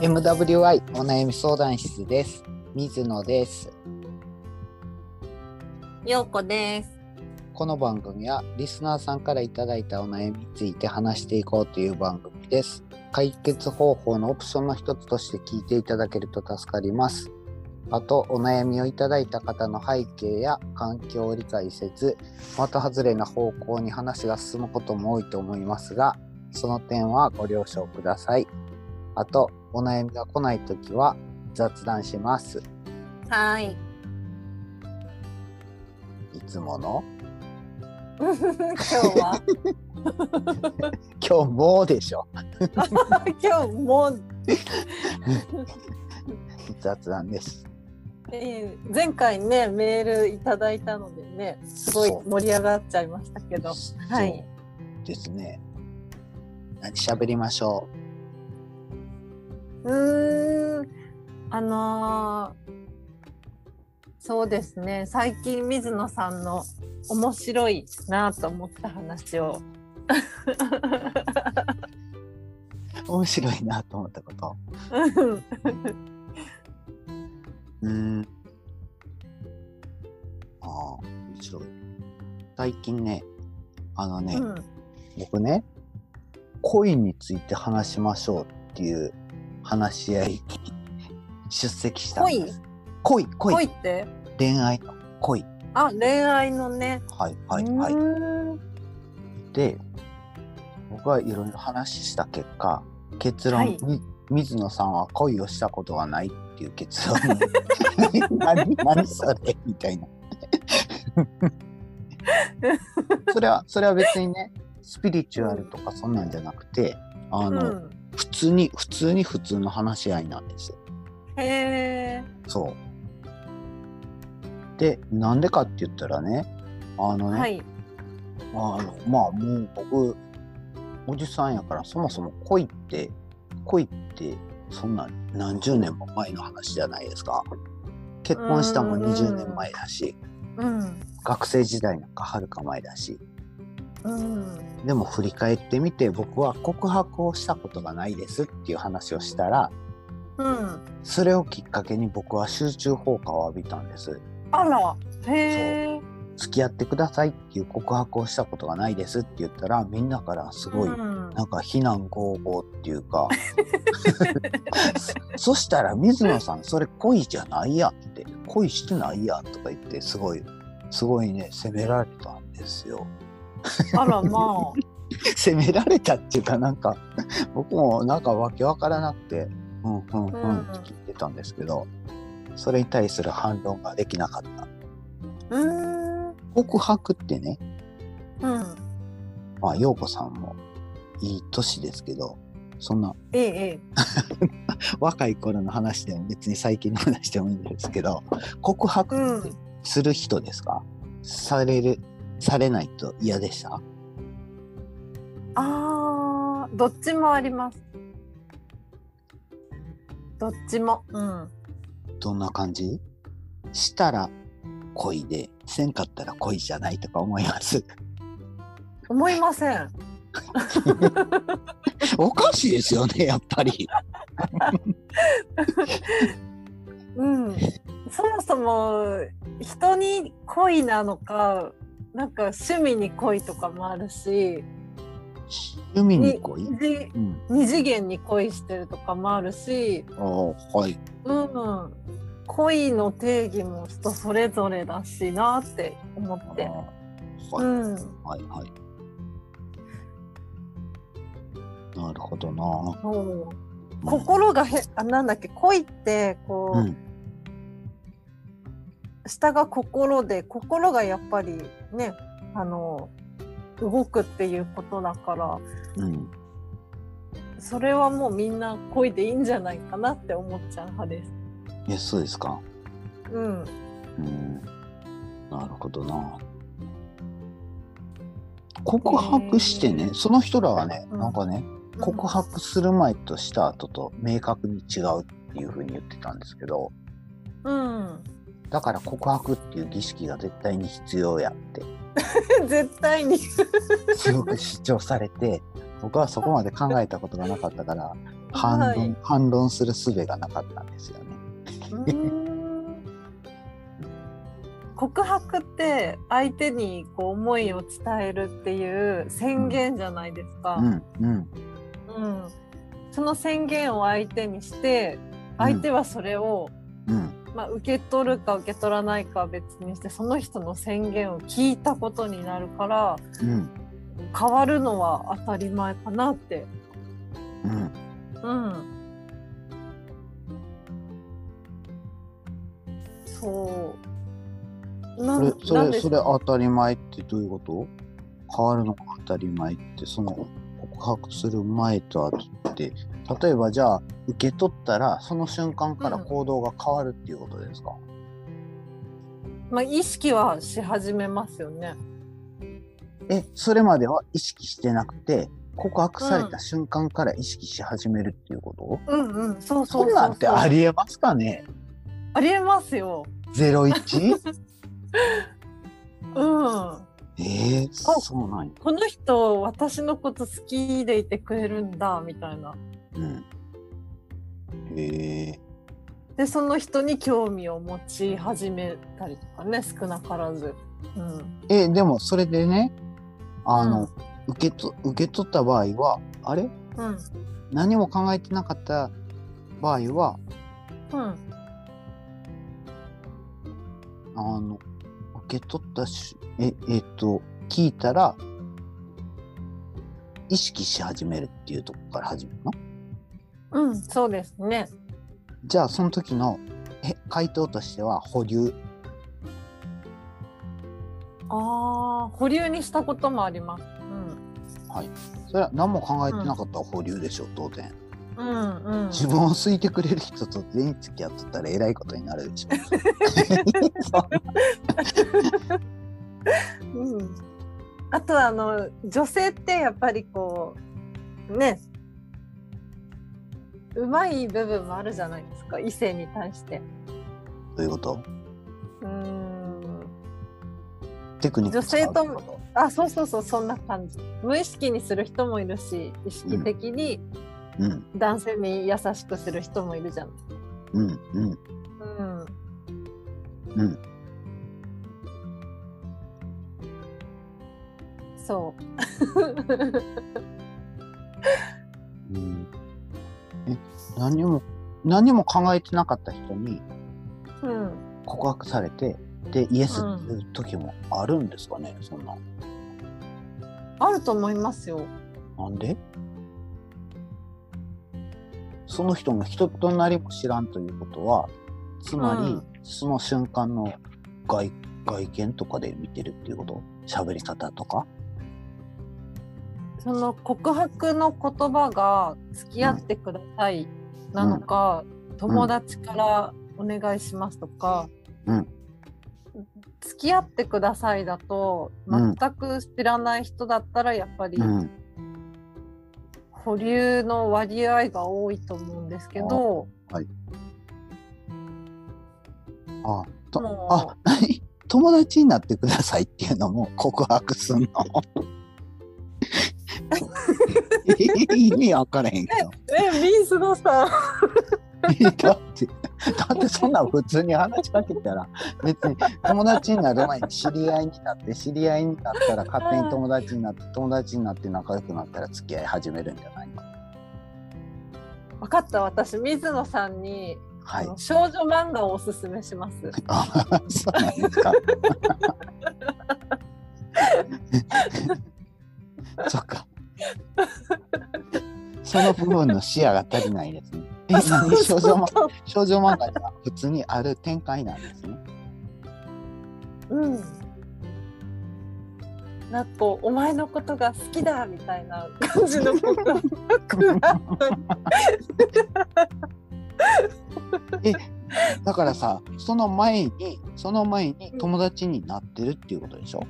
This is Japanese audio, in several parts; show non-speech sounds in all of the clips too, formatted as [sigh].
MWI お悩み相談室です。水野です。ようこです。この番組はリスナーさんからいただいたお悩みについて話していこうという番組です。解決方法のオプションの一つとして聞いていただけると助かります。あと、お悩みをいただいた方の背景や環境を理解せず、的外れな方向に話が進むことも多いと思いますが、その点はご了承ください。あと、お悩みが来ないときは雑談します。 [laughs] はい。いつもの今日は今日もうでしょ [laughs] 今日もう、雑談です。えー前回ねメールいただいたのでねすごい盛り上がっちゃいましたけどはいそうですね。何喋りましょうーんあのーそうですね最近水野さんの面白いなと思った話をう。面白いなと思ったこと。うんうーん。ああ、面白い。最近ね、あのね、うん僕ね、恋について話しましょうっていう話し合いに出席したんです。恋恋恋恋って恋愛の恋。あ恋愛のね。はいはいはいうーんで僕はいろいろ話した結果結論、はいみ水野さんは恋をしたことがないっていう結論 [laughs] に何何それみたいなそれはそれは別にねスピリチュアルとかそんなんじゃなくてあの、うん普通に普通に普通の話し合いなんですよへえ。そうでなんでかって言ったらねあのね、はい。あのまあもう僕おじさんやからそもそも恋って恋ってそんな何十年も前の話じゃないですか結婚したもうんうん20年前だしうん。学生時代なんかはるか前だしうん。でも振り返ってみて僕は告白をしたことがないですっていう話をしたらうん。それをきっかけに僕は集中砲火を浴びたんですあら。へえ。付き合ってくださいっていう告白をしたことがないですって言ったらみんなからすごいうんなんか非難合々っていうかそそしたら水野さんそれ恋じゃないやんって恋してないやんとか言ってすごいすごいね責められたんですよ [laughs] あら、ま責められたっていうかなんか僕もなんかわけわからなくてうんうんううんんって聞いてたんですけどそれに対する反論ができなかったあ。 [laughs] うーん。告白ってねうん。まあ陽子さんもいい年ですけどそんなええ、ええ。若い頃の話でも別に最近の話でもいいんですけど告う白ん。する人ですか、されるされないと嫌でしたああ。どっちもあります。どっちも。うん。どんな感じしたら恋でせんかったら恋じゃないとか思います思いません。おかしいですよねやっぱりうん。そもそも。人に恋なのか。なんか趣味に恋とかもあるし。海に恋、じうん、二次元に恋してるとかもあるし。ああはいうん、恋の定義も人それぞれだしなって思ああって、うはい、ん、はいはいなるほどな、そううん心がへあなんだっけ恋ってこう、うん下が心で心がやっぱりねあの動くっていうことだからうんそれはもうみんな恋でいいんじゃないかなって思っちゃう派です。えそうですかうん、うんなるほどな。告白してね、その人らはね、うんなんかね、告白する前とした後と明確に違うっていうふうに言ってたんですけど、うん、 [laughs] だから告白っていう儀式が絶対に必要やって、絶対に [laughs] すごく主張されて、僕はそこまで考えたことがなかったから、反論、はい反論する術がなかったんですよね。うーん告白って相手にこう思いを伝えるっていう宣言じゃないですか、うんうんうんその宣言を相手にして相手はそれを、うんまあ、受け取るか受け取らないかは別にしてその人の宣言を聞いたことになるからうん変わるのは当たり前かなって。うん。うん、そうなそれんそなんれですそれ当たり前ってどういうこと変わるのが当たり前ってその告白する前と後って例えばじゃあ受け取ったらその瞬間から行動が変わるっていうことですか、まあ、意識はし始めますよね。えそれまでは意識してなくて告白された瞬間から意識し始めるっていうこと、うんうん、そうそそううんなんてありえますかねありえますよ。ゼロ一？ [laughs] うん。えー、そうなんや。この人私のこと好きでいてくれるんだみたいなうん。えでその人に興味を持ち始めたりとかね少なからず、うん、ー、えでもそれでね、あの、うん受けと受け取った場合はあれうん何も考えてなかった場合はうんあの受け取ったしええっと聞いたら意識し始めるっていうとこから始めるの？うんそうですねじゃあその時のえ回答としては保留。あー保留にしたこともあります、うん、それは何も考えてなかったら保留でしょ、当然。うんうん自分を好いてくれる人と全員付き合っとったらえらいことになるでしょ。うんあとはあの女性ってやっぱりこうねうまい部分もあるじゃないですか異性に対して。どういうことうーんテクニック使うってこと女性あそうそうそうそんな感じ無意識にする人もいるし意識的にうん男性に優しくする人もいるじゃん。うんうんうん、うん。そううん、え何も何も考えてなかった人に、 [laughs] うん、告白されてでイエスうんっていう時もあるんですかね、そんな。あると思いますよ。なんでその人の人となりも知らんということはつまり、うんその瞬間の外外見とかで見てるっていうこと喋り方とかその告白の言葉が「付き合ってください」なのか、友達からお願いします」とか、うん付き合ってください」だとうん全く知らない人だったらやっぱりうん保留の割合が多いと思うんですけど、あともうあ何 [laughs] 友達になってくださいっていうのも告白すんの [laughs] 意味分からへんけ [laughs] どえビースのさん [laughs] だって、だってそんなん普通に話しかけたら、別に友達になる前に知り合いになって、知り合いになったら勝手に友達になって、友達になって仲良くなったら付き合い始めるんじゃないの分かった私水野さんに、はあいの。少女漫画をおすすめします。あそうなんですか。 [laughs] そっか。その部分の視野が足りないですね。え、何少女漫画少女漫画には普通にある展開なんですね。うん。なんかこうお前のことが好きだみたいな感じの告白があったりだからさその前にその前に友達になってるっていうことでしょ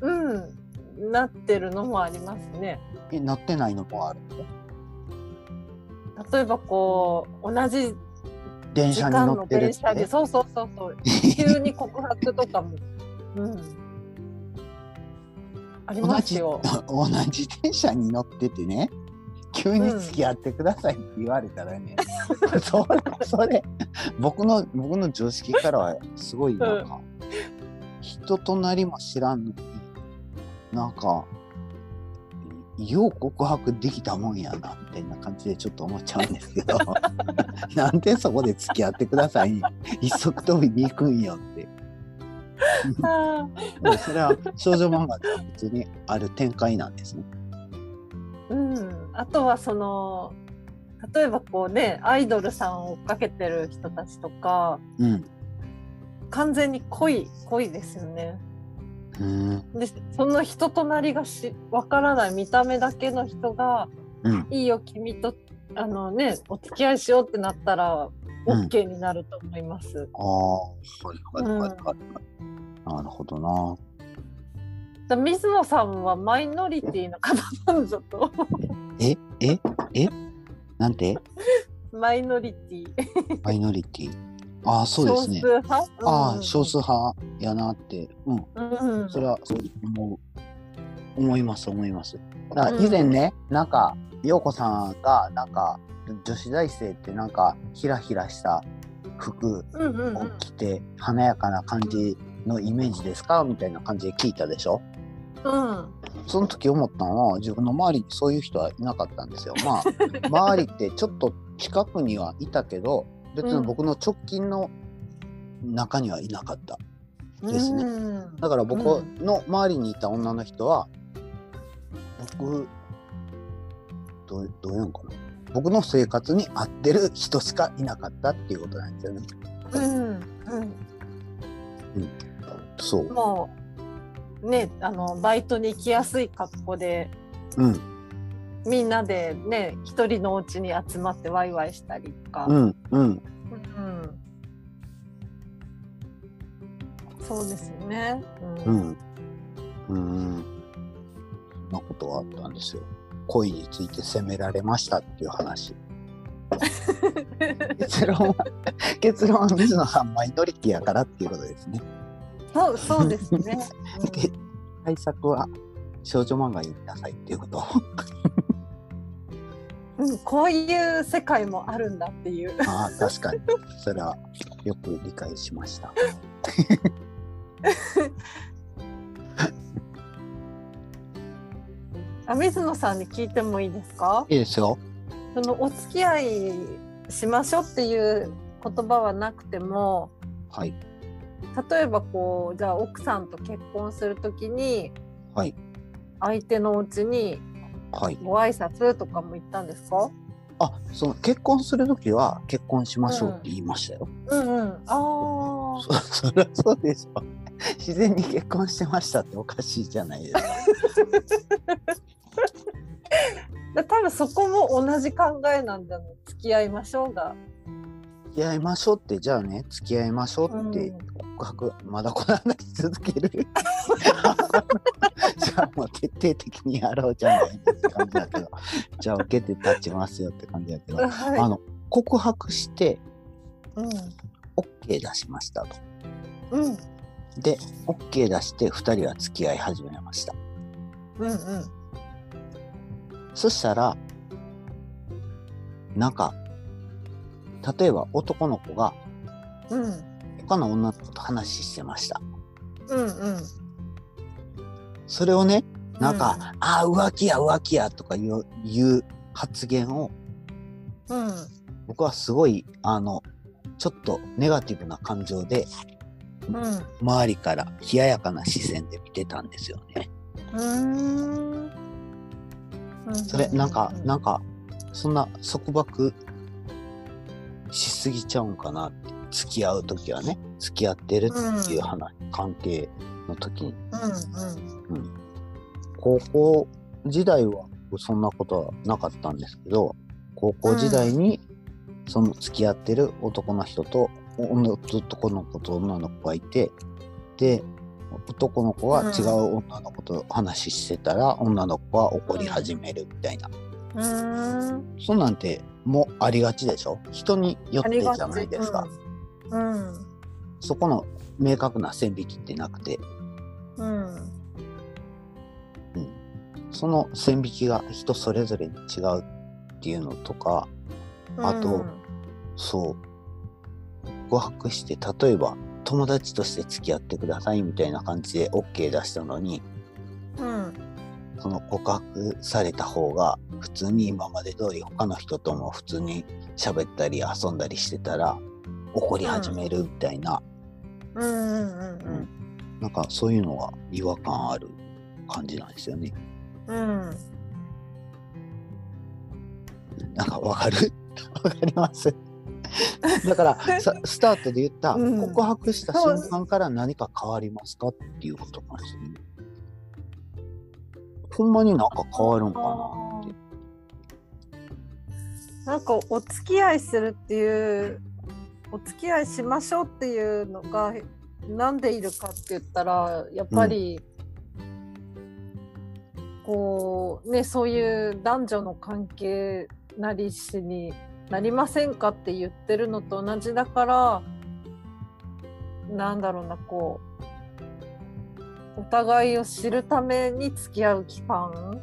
うんなってるのもありますね。えなってないのもある例えばこう同じ電時車に間乗のってる電っ車でてそうそうそうそう急に告白とかも、うん、ありますよ。同じ電車に乗っててね急に付き合ってくださいって言われたらね、それそれ僕の僕の常識からはすごいなんか、人となりも知らんのになんかよう告白できたもんやなみたいな感じでちょっと思っちゃうんですけどなんでそこで付き合ってくださいに一足飛びに行くんよってあうんそれは少女漫画では別にある展開なんですね。ーうん、あとはその例えばこうねアイドルさんを追っかけてる人たちとかうん。完全に恋恋ですよね。うん。でその人となりがしわからない見た目だけの人がうん「いいよ君とあの、ね、お付き合いしよう」ってなったらうん OK になると思います。ああ、はいはいはいはいはい。なるほどな。だ水野さんはマイノリティの方なんだと [laughs] え、え、え、なんてマイノリティマイノリティ。ああ、そうですね少数。派ああ、少数派やなって。うん。うん、うんそれは、そう思う。思います、思います。だから以前ね、なんか、陽子さんが、なんか、女子大生ってなんか、ひらひらした服うんうんうん起きて華やかな感じのイメージですかみたいな感じで聞いたでしょうんその時思ったのは自分の周りにそういう人はいなかったんですよまあ周りってちょっと近くにはいたけど別に僕の直近の中にはいなかった、ですねうんだから僕の周りにいた女の人は僕どうどういうんかな僕の生活に合ってる人しかいなかったっていうことなんですよねうんそううん、もうねあのバイトに行きやすい格好でうんみんなでね一人のお家に集まってワイワイしたりとか、うんうんうんそうですよね、ううん。うーん。そんなことがあったんですよ。恋について責められましたっていう話。結論は、結論は水野さんマイノリティやからっていうことですね。そうそうです [laughs] ね、で対策は少女漫画読みなさいっていうこと。うんうん、こういう世界もあるんだっていう [laughs] ああ、確かに。それはよく理解しました。あ水野さんに聞いてもいいですかいいですよ。そのお付き合いしましょうっていう言葉はなくてもはい。例えばこうじゃあ奥さんと結婚するときにはい。相手のお家にはい。ご挨拶とかも行ったんですかあ、その結婚するときは結婚しましょうって言いましたよ。うんうんあ [laughs] そそりゃそうでしょ。自然に結婚してましたっておかしいじゃないですか。あ多分そこも同じ考えなんだね付き合いましょうが付き合いましょうってじゃあね付き合いましょうってうん告白、まだこの話続ける [laughs] じゃあもう徹底的にやろうじゃないって感じだけどじゃあ受けて立ちますよって感じだけど、はいあの告白してうん OK 出しましたとうんで OK 出して2人は付き合い始めましたうんうんそしたらなんか例えば男の子がうん他の女の子と話してましたうんうんそれをねなんか、ああ、浮気や浮気やとかいういう発言を、うん僕はすごい、あの、ちょっとネガティブな感情で、うん周りから冷ややかな視線で見てたんですよね。うーんそれ、なんか、うんなんか、そんな束縛しすぎちゃうんかなって。付き合うときはね、付き合ってるっていう話、関係の時に。うん高校時代はそんなことはなかったんですけど高校時代にその付き合ってる男の人と女男の子と女の子がいてで男の子は違う女の子と話してたら、女の子は怒り始めるみたいな、うんうーんそんなんてもうありがちでしょ人によっあてりじがちゃないですか、うんそこの明確な線引きってなくてうんその線引きが人それぞれに違うっていうのとかあとそう告白して例えば友達として付き合ってくださいみたいな感じで OK 出したのにうん、うん、その告白された方が普通に今まで通り他の人とも普通に喋ったり遊んだりしてたら怒り始めるみたいな、うんうんうんなんかそういうのが違和感ある感じなんですよね。うんうんなんかわかる [laughs] わかり [laughs] ますだからさスタートで言った、うん告白した瞬間から何か変わりますかっていうことなんですよね。ほんまになんか変わるんかなあーなんかお付き合いするっていうお付き合いしましょうっていうのがなんでいるかって言ったらやっぱり、こうねそういう男女の関係なりしになりませんかって言ってるのと同じだからなんだろうなこうお互いを知るために付き合う期間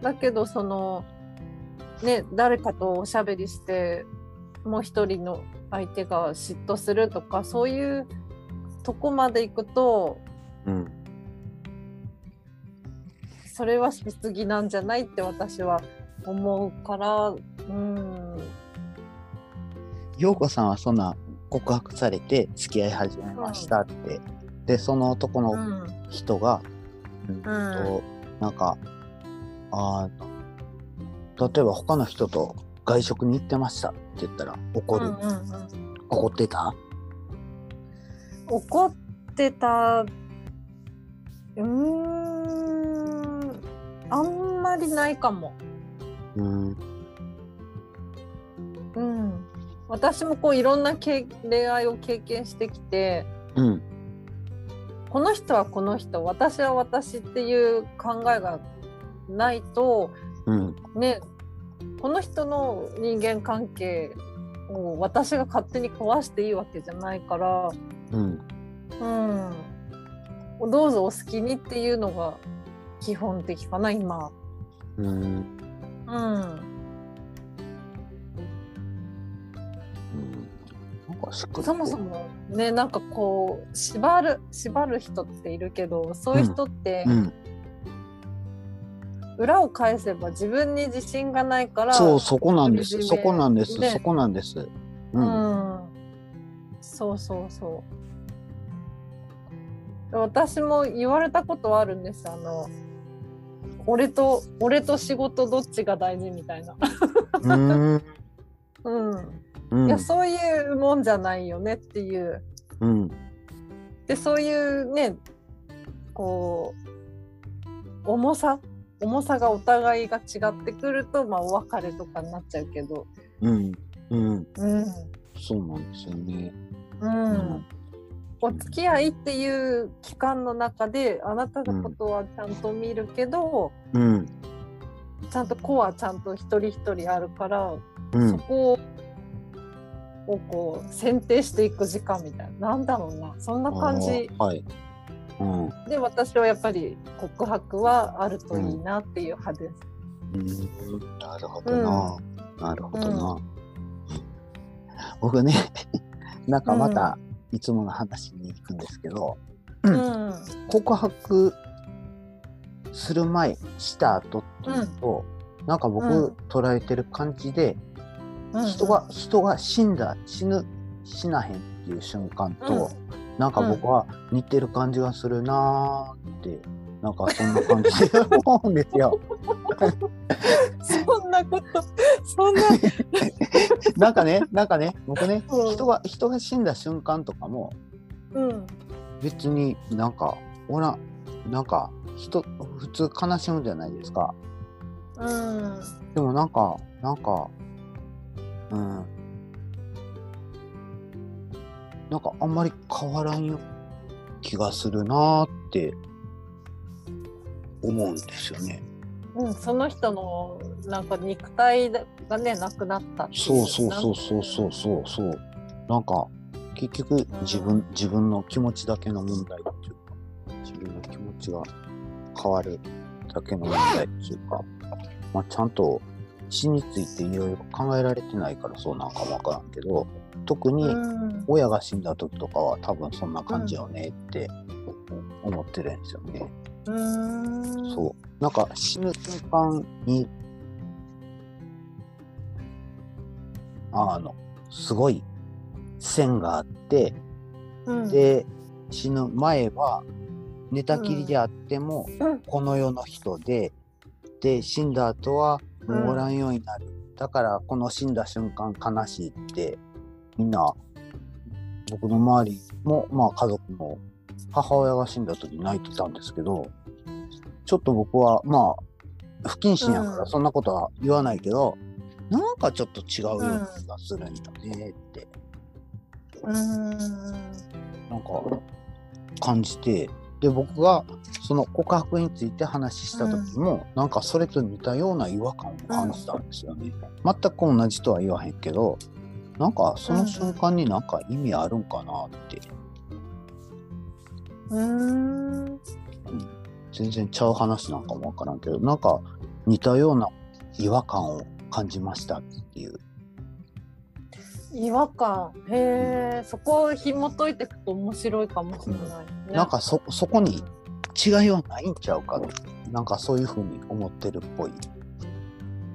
だけどそのね誰かとおしゃべりしてもう一人の相手が嫉妬するとかそういうとこまで行くとうんそれはしすぎなんじゃないって私は思うからうん陽子さんはそんな告白されて付き合い始めましたって、でその男うのん人が、うんとなんかあー例えば他の人と外食に行ってましたって言ったら怒る、うんうんうん怒ってた怒ってたうーんあんまりないかも。うんうん、私もこういろんなけい恋愛を経験してきてうんこの人はこの人私は私っていう考えがないとうんねこの人の人間関係を私が勝手に壊していいわけじゃないから、うんうん、どうぞお好きにっていうのが基本的かな今。うんうん、なんかしっくりそもそもねなんかこう縛る縛る人っているけどそういう人って、うん、裏を返せば自分に自信がないからそうそこなんですねそこなんです、ねそこなんですううんん、そうそうそう私も言われたことはあるんですあの俺と俺と仕事どっちが大事みたいな、うんうんうんいやそういうもんじゃないよねっていううんでそういうねこう重さ重さがお互いが違ってくると、まあ、お別れとかになっちゃうけど、うんうんうんそうなんですよねうん、お付き合いっていう期間の中であなたのことはちゃんと見るけど、うんちゃんと子はちゃんと一人一人あるから、うそんこををこう選定していく時間みたいななんだろうなそんな感じあーはいうんで私はやっぱり告白はあるといいなっていう派です。うんなるほどな、なるほどな、僕ね [laughs] なんかまたいつもの話に行くんですけど、うんううん告白する前した後っていうと、なんか僕、うん捉えてる感じで、うん人が人が死んだ死ぬ死なへんっていう瞬間と、なんか僕は似てる感じがするなーって、なんかそんな感 [laughs] じで思うんですよ。そんなことそんななんかねなんかね僕ね、うん人が人が死んだ瞬間とかもうん別になんかおらなんか人普通悲しむじゃないですか。うんでもなんか、なんか、うん。なんかあんまり変わらんよ気がするなーって思うんですよね。うん、その人のなんか肉体がねなくなったっていそうそうなんそうそうそうそうそう。なんか結局自分、自分の気持ちだけの問題っていうか、自分の気持ちが変わるだけの問題っていうか、まあ、ちゃんと死についていろいろ考えられてないからそうなんかもわからんけど特にうん親が死んだ時とかは多分そんな感じよねって思ってるんですよね。うんそうなんか死ぬ瞬間にあのすごい線があってうんで死ぬ前は寝たきりであってもうんこの世の人でで死んだ後はうんもうおらんようになる、だからこの死んだ瞬間悲しいってみんな僕の周りもまあ家族も母親が死んだ時泣いてたんですけどちょっと僕はまあ不謹慎やかうらんそんなことは言わないけど、なんかちょっと違うような気がするんだねって。うんなんか感じてで僕がその告白について話した時も、なんかそれと似たような違和感を感じたんですよね、全く同じとは言わへんけどなんかその瞬間になんか意味あるんかなってうん全然ちゃう話なんかもわからんけどなんか似たような違和感を感じましたっていう違和感へえそこを紐解いていくと面白いかもしれないですねなんかそそこに違いはないんちゃうかってなんかそういうふうに思ってるっぽい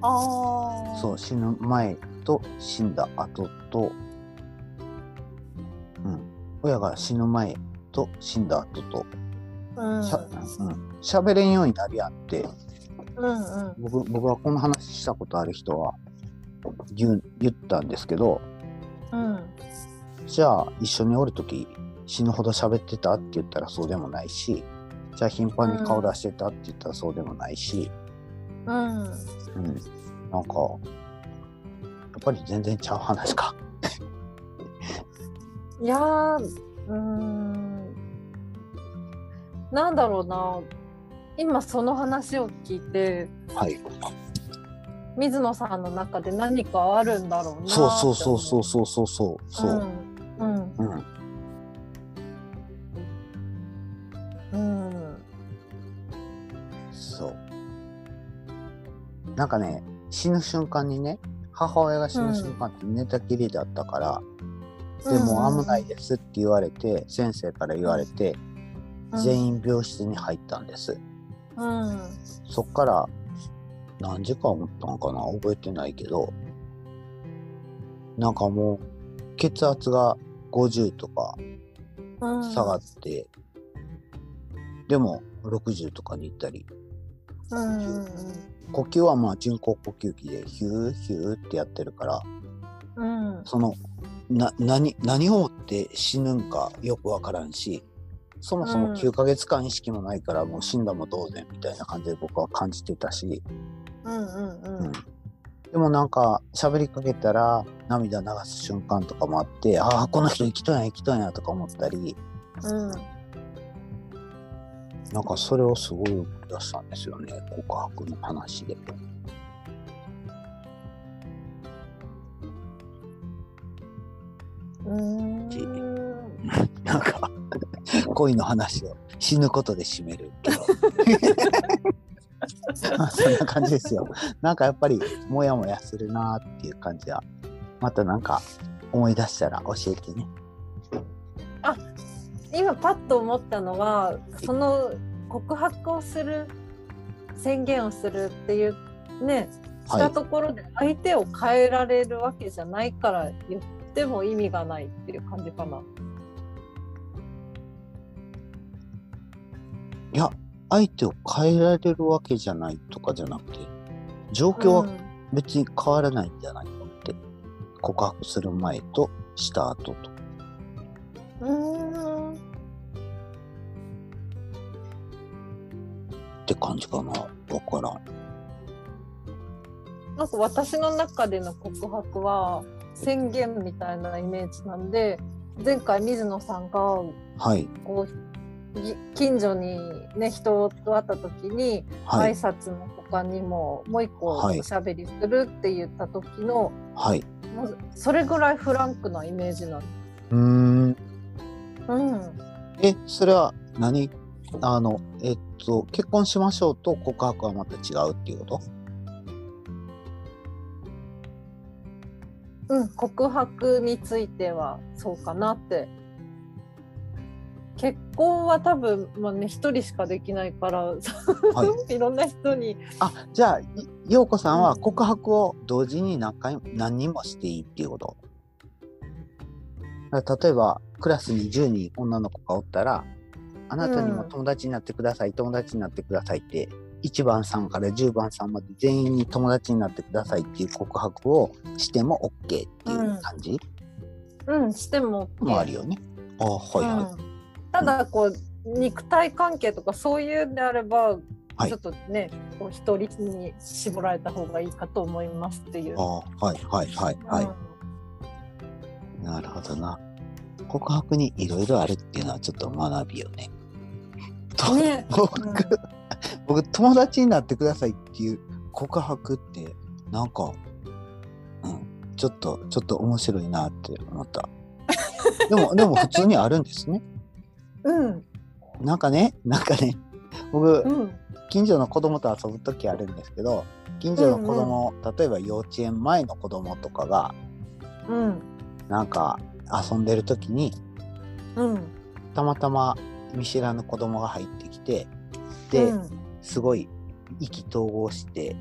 ああそう死ぬ前と死んだ後と、うん、親が死ぬ前と死んだ後とうんしゃ、うん、しゃべれんようになりあってうんうん僕僕はこの話したことある人は言う言ったんですけどうんじゃあ一緒におる時死ぬほど喋ってたって言ったらそうでもないしじゃあ頻繁に顔出してたって言ったらそうでもないし、うんうん、なんかやっぱり全然ちゃう話か。いやーうーんなんだろうな今その話を聞いてはい水野さんの中で何かあるんだろうなってそ思うそうそうそうそうそうそうそうう、んうんうんうんそうなんかね死ぬ瞬間にね母親が死ぬ瞬間って寝たきりだったから、でもう危ないですって言われて先生から言われて、全員病室に入ったんですうんそっから何時間おったんかな覚えてないけどなんかもう血圧が50とかうん下がって、でも60とかに行ったりうんうん呼吸はまあ人工呼吸器でヒューヒューってやってるからうんうんそのな何何をもって死ぬんかよくわからんしそもそも9ヶ月間意識もないからもう死んだも同然みたいな感じで僕は感じてたし、うんうんうんでもなんか喋りかけたら涙流す瞬間とかもあってああこの人生きとんや生きとんやとか思ったりうんなんかそれをすごい思い出したんですよね告白の話で。うーんなんか恋の話を死ぬことで締める [laughs] けどまあそんな感じですよなんかやっぱりモヤモヤするなーっていう感じはまたなんか思い出したら教えてね今パッと思ったのはその告白をする宣言をするっていうねしはいたところで相手を変えられるわけじゃないから言っても意味がないっていう感じかな。いや相手を変えられるわけじゃないとかじゃなくて状況は別に変わらないんじゃないのって告白する前とした後とうんうーんって感じかなわからんなんか私の中での告白は宣言みたいなイメージなんで前回水野さんがはいこうぎ近所にね人と会った時には挨い拶の他にももう一個はいおしゃべりするって言った時の、はいもうそれぐらいフランクなイメージなの。うーんうん、えそれは何あのえっと結婚しましょうと告白はまた違うっていうこと [laughs] うん、告白についてはそうかなって結婚は多分まあね一人しかできないから、 [laughs] い、ろんな人にあじゃあい陽子さんは告白を同時に何回も何人もしていいっていうことだから例えばクラスに10人女の子がおったらあなたにもうん友達になってください、友達になってくださいって1番さんから10番さんまで全員に友達になってくださいっていう告白をしても OK っていう感じうんしても OK もあるよね。あはいはうんただこう肉体関係とかそういうんであれば、はいちょっとねこう一人に絞られた方がいいかと思いますっていい、う。あはいはいはいはい。なるほどな。告白にいろいろあるっていうのはちょっと学びよね。とうんね僕、うん僕友達になってくださいっていう告白ってなんか、うん、ちょっとちょっと面白いなって思 [laughs] った。でもでも普通にあるんですね。うんなんかねなんかね僕うん近所の子供と遊ぶ時あるんですけど近所の子供、例えば幼稚園前の子供とかがうんなんか遊んでる時にうんたまたま見知らぬ子供が入ってきてで、うんすごい意気投合して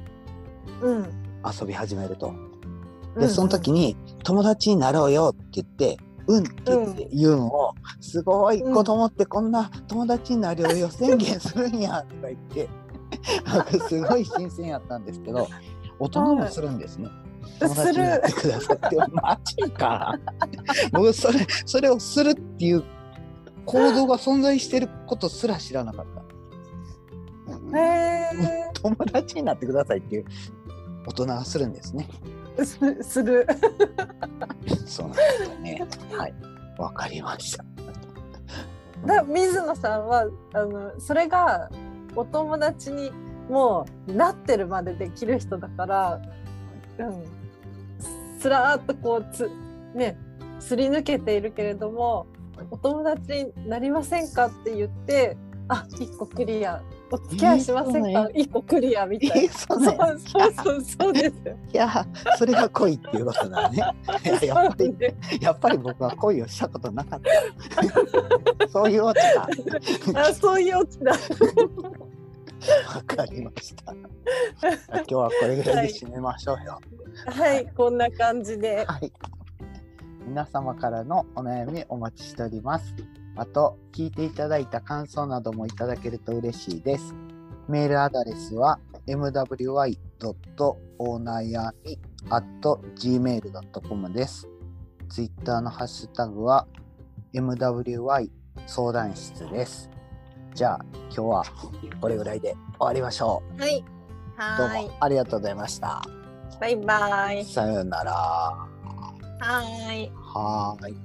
うん遊び始めるとうでんその時に「友達になろうよ」って言って「うん」って言って言うのを「すごいうん子供ってこんな友達になるよ宣言するんや」とか言って [laughs] なんかすごい新鮮やったんですけど大人もするんですね。友達になってください [laughs] ってマジか僕それそれをするっていう行動が存在してることすら知らなかった。へえ友達になってくださいっていう大人がするんですね。すする。そうなんですよ [laughs] ね。はい、わかりました。だ水野さんはあのそれがお友達にもうなってるまでできる人だから、うん、すらーっとこうつねすり抜けているけれどもお友達になりませんかって言ってあ一個クリアお付き合いしませんえーそか一個クリアみたいえな。そそうね。うそうそうそうですよ。いや、それが恋っていうことだね。いややっぱそうり、ねやっぱり僕は恋をしたことなかった。そういうオチだ。あそういうオチだ。わかりました。今日はこれぐらいで締めましょうよ。はいこんな感じで。はい。皆様からのお悩みお待ちしております。あと、聞いていただいた感想などもいただけると嬉しいです。メールアドレスは mwy.onayami.gmail.com です。ツイッターのハッシュタグは mwy 相談室です。じゃあ、今日はこれぐらいで終わりましょう。はい。どうはもありがとうございました。ーい。バイバイ。さようなら。はーい。はーい。